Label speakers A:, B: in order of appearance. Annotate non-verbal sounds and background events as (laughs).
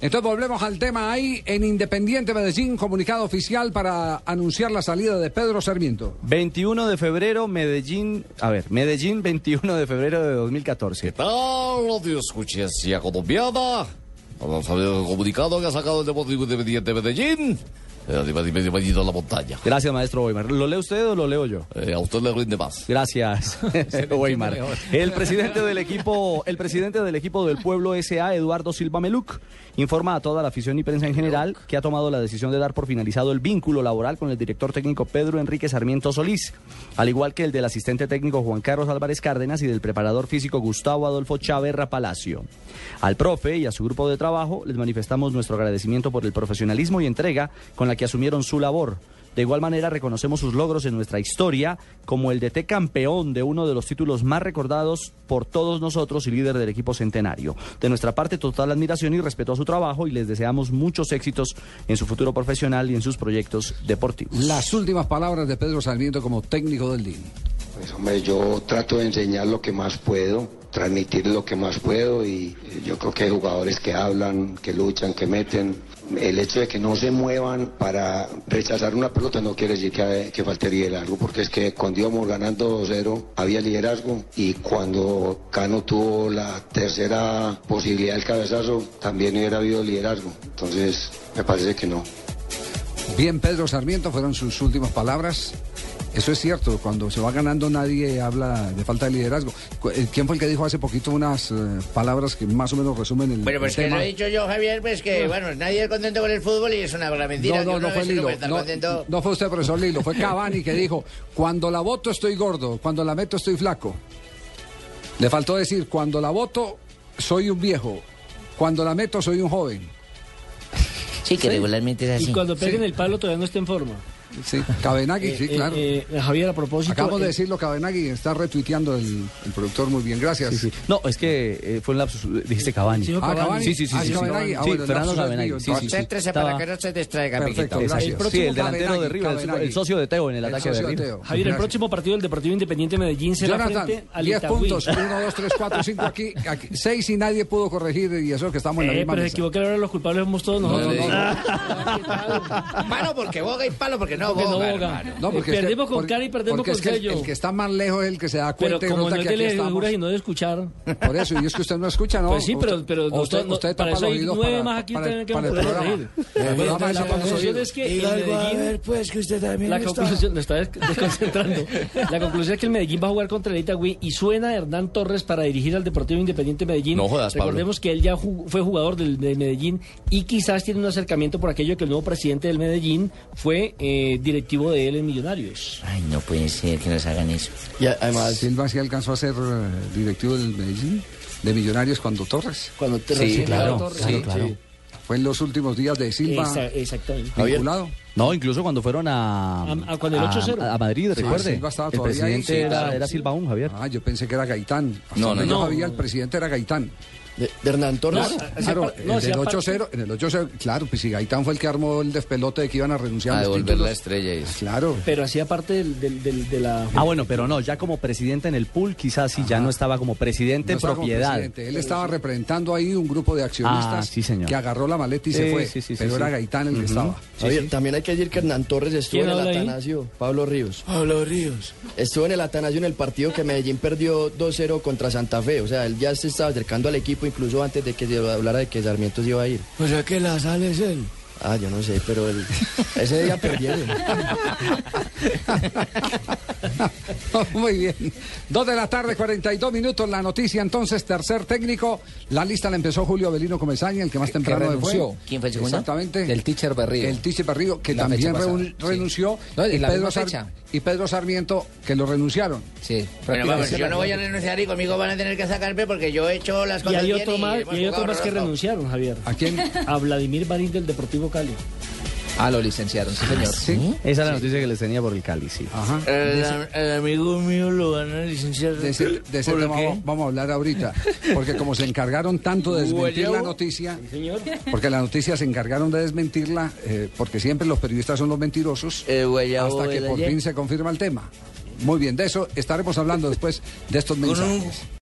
A: Entonces volvemos al tema ahí en Independiente Medellín, comunicado oficial para anunciar la salida de Pedro Sarmiento.
B: 21 de febrero, Medellín. A ver, Medellín, 21 de febrero de 2014.
C: tal, radio escuchencia colombiana? Vamos a ver el comunicado que ha sacado el Deportivo Independiente de Medellín. Eh, de- de- de- de- de la montaña.
B: Gracias, maestro Boimar. ¿Lo lee usted o lo leo yo?
C: Eh, a usted le rinde más.
B: Gracias, Weimar. El presidente del equipo, el presidente del equipo del pueblo SA, Eduardo Silva Meluc, informa a toda la afición y prensa en general que ha tomado la decisión de dar por finalizado el vínculo laboral con el director técnico Pedro Enrique Sarmiento Solís, al igual que el del asistente técnico Juan Carlos Álvarez Cárdenas y del preparador físico Gustavo Adolfo Chaverra Palacio. Al profe y a su grupo de trabajo les manifestamos nuestro agradecimiento por el profesionalismo y entrega con la que asumieron su labor. De igual manera, reconocemos sus logros en nuestra historia como el DT campeón de uno de los títulos más recordados por todos nosotros y líder del equipo centenario. De nuestra parte, total admiración y respeto a su trabajo y les deseamos muchos éxitos en su futuro profesional y en sus proyectos deportivos.
A: Las últimas palabras de Pedro Sarmiento como técnico del DIN.
D: Pues hombre, yo trato de enseñar lo que más puedo, transmitir lo que más puedo y eh, yo creo que hay jugadores que hablan, que luchan, que meten. El hecho de que no se muevan para rechazar una pelota no quiere decir que, que falte liderazgo, porque es que cuando íbamos ganando 2-0 había liderazgo y cuando Cano tuvo la tercera posibilidad del cabezazo también hubiera habido liderazgo. Entonces me parece que no.
A: Bien, Pedro Sarmiento fueron sus últimas palabras. Eso es cierto, cuando se va ganando nadie habla de falta de liderazgo. Cu- eh, ¿Quién fue el que dijo hace poquito unas eh, palabras que más o menos resumen el,
E: Bueno, pues
A: el
E: que
A: tema?
E: lo he dicho yo, Javier, pues que, bueno, nadie es contento con el fútbol y es una gran mentira.
A: no,
E: que
A: no,
E: uno
A: no
E: a
A: fue
E: veces
A: Lilo.
E: puede estar
A: No,
E: contento.
A: no fue usted, profesor Lilo.
E: (laughs)
A: Fue Cavani que dijo, cuando la voto estoy gordo, cuando la meto estoy flaco. Le faltó decir, cuando la voto soy un viejo, cuando la meto soy un joven.
E: Sí, que regularmente es
F: Y
E: así.
F: cuando peguen
A: Sí.
F: el palo todavía no está en forma.
A: Sí, Cabenagui,
F: (laughs) Eh,
A: sí,
F: eh,
A: claro.
F: eh, Javier, a propósito.
A: Acabamos de
F: eh,
A: decirlo, Cabenagui, está retuiteando el, el productor muy bien, gracias.
B: Sí, sí. No, es que eh, fue un lapsus, dijiste Cavani.
F: Sí,
A: Ah, Cavani.
B: Sí, sí, sí,
A: Ah, es
B: sí, sí.
A: Cabenagui. Ah,
B: Sí,
A: bueno, el
B: Fernando
A: lapsus es
B: Cabenagui,
A: mío,
B: sí, sí, sí.
E: Concéntrese para
B: Estaba-
E: que no se distraiga,
A: Perfecto,
E: amiguito.
A: gracias.
F: El próximo
B: Sí, el delantero de
A: Cabenagui,
B: River, el so-
A: Cabenagui.
B: el socio de Teo en el
A: El
B: ataque
A: socio
B: de
A: de
B: River.
A: Teo.
F: Javier, el
A: Gracias.
F: próximo partido del Deportivo Independiente Medellín será
A: Jonathan,
F: frente al
A: 10
F: Itagüí. (laughs) Eh,
A: puntos, 1, 2, 3, 4, 5 aquí, aquí, 6 y nadie pudo corregir y eso que estamos en la
F: Eh,
A: misma
F: pero se
A: mesa.
F: equivoca ahora los culpables somos todos
A: No, no,
F: (laughs) nosotros. Ah,
A: no, no.
E: Palo porque boga y palo porque no
F: Porque no
E: boga.
F: boga.
E: hermano.
A: No, porque
F: Eh,
A: es que-
F: perdemos con
A: porque-
F: cara y perdemos
A: porque
F: con
A: es que el-
F: sello.
A: El, que está más lejos es el que se da
F: Pero
A: cuenta y
F: como
A: nota
F: no es
A: que
F: de
A: aquí
F: legiduras
A: estamos.
F: y no de
A: (laughs)
F: escuchar.
A: Por eso, y es que usted no escucha, ¿no?
F: Pues sí, pero,
A: Usted-
F: pero
A: o usted,
F: usted, no-
A: usted
F: para
A: tapa
F: eso
A: los
F: hay
A: oídos
F: nueve
A: para-
F: más aquí
A: para-
F: también que
A: para el
F: vamos a
A: programa.
F: corregir.
A: El
F: Bueno,
A: programa
F: entonces,
A: ese
F: La
A: para los
F: conclusión
A: oídos.
F: es que el Medellín...
G: pues que usted también
F: La conclusión, lo está des- desconcentrando. La conclusión es que el Medellín va a jugar contra el Itagüí y suena Hernán Torres para dirigir al Deportivo Independiente Medellín.
C: No jodas, Pablo.
F: Recordemos que él ya ju- fue jugador del, de Medellín y quizás tiene un acercamiento por aquello que el nuevo presidente del Medellín fue eh, directivo de él en Millonarios.
E: Ay, no puede ser que nos hagan eso.
G: Y a- además,
A: Silva sí alcanzó a ser eh, directivo del Medellín, de Millonarios cuando Torres.
G: cuando te
B: Sí,
G: recibe
B: claro,
G: la torre,
B: claro,
G: sí,
B: claro.
G: sí.
A: Fue en los últimos días de Silva
F: Esa- exactamente.
G: Javier.
A: vinculado.
B: No, incluso cuando fueron a,
F: A- a cuando el
B: a-
F: 8-0.
B: a Madrid, recuerde.
A: Silva estaba
B: el
A: todavía ahí,
B: presidente
A: sí,
B: era,
A: claro.
B: era Silva aún, Javier.
A: Ah, yo pensé que era Gaitán. Hasta
C: No, no,
A: donde yo
F: no.
A: sabía, el presidente era Gaitán.
G: De, de Hernán Torres.
F: Claro. Hacía
A: Claro,
F: par- no,
A: en,
F: hacía
A: el
F: parte.
A: 8-0, en el 8-0, claro, pues si Gaitán fue el que armó el despelote de que iban a renunciar
C: A
A: los
C: devolver la
A: títulos.
C: estrella. y-
A: Claro.
F: Pero hacía parte del, del- del- de la...
B: Ah, bueno, pero no, ya como presidente en el pool, quizás sí, ya no estaba como presidente
A: No estaba como
B: propiedad.
A: presidente, Él estaba representando ahí un grupo de accionistas
B: Ah, sí, señor.
A: que agarró la maleta y se
B: Sí,
A: fue.
B: sí, sí, sí,
A: pero era
B: sí.
A: Gaitán el que estaba.
G: Javier, También hay que decir que Hernán Torres estuvo en
F: ¿Quién
G: el
F: habla ahí?
G: Atanasio, Pablo Ríos.
H: Pablo Ríos.
G: Estuvo en el Atanasio en el partido que Medellín perdió 2-0 contra Santa Fe. O sea, él ya se estaba acercando al equipo incluso antes de que se hablara de que Sarmiento se iba a ir.
H: O sea que la sal es él.
G: Ah, yo no sé, pero él- ese día
E: (laughs)
G: perdieron.
A: (laughs) Muy bien. Dos de la tarde, 42 minutos. La noticia entonces, tercer técnico. La lista la empezó Julio Abelino Comesaña, el que más temprano
I: renunció.
A: fue.
E: ¿Quién fue el segundo?
A: Exactamente.
I: El teacher Berrío.
A: El teacher Berrío, que
I: La
A: también
I: fecha pasada,
A: reun-
I: sí.
A: renunció.
I: No, y
A: y,
I: la
A: Pedro
I: misma
A: Sar-
I: fecha.
A: y Pedro Sarmiento, que lo renunciaron.
I: Sí,
E: Bueno, vamos,
I: prácticamente.
E: yo no voy a renunciar y conmigo van a tener que sacarme porque yo he hecho las
F: Y
E: cosas
F: hay
E: bien
F: otro más,
E: hemos
F: y hay otro
E: jugado
F: más que
E: horroroso.
F: renunciaron, Javier.
A: ¿A quién?
F: A Vladimir Barín del Deportivo Cali.
I: Ah, lo licenciaron, sí, señor. ¿Mm?
A: Sí. Ah,
B: Esa es la noticia que les tenía por el Cali, sí.
A: Ajá.
E: El, el amigo mío lo van a licenciar.
A: De ese, de ese
E: ¿Por
A: tema
E: qué?
A: vamos, vamos a hablar ahorita, porque como se encargaron tanto de desmentir la noticia,
F: Señor.
A: porque la noticia se encargaron de desmentirla, eh, porque siempre los periodistas son los mentirosos,
E: El guayabo
A: hasta que
E: del
A: por
E: ayer.
A: fin se confirma el tema. Muy bien, de eso estaremos hablando después de estos mensajes.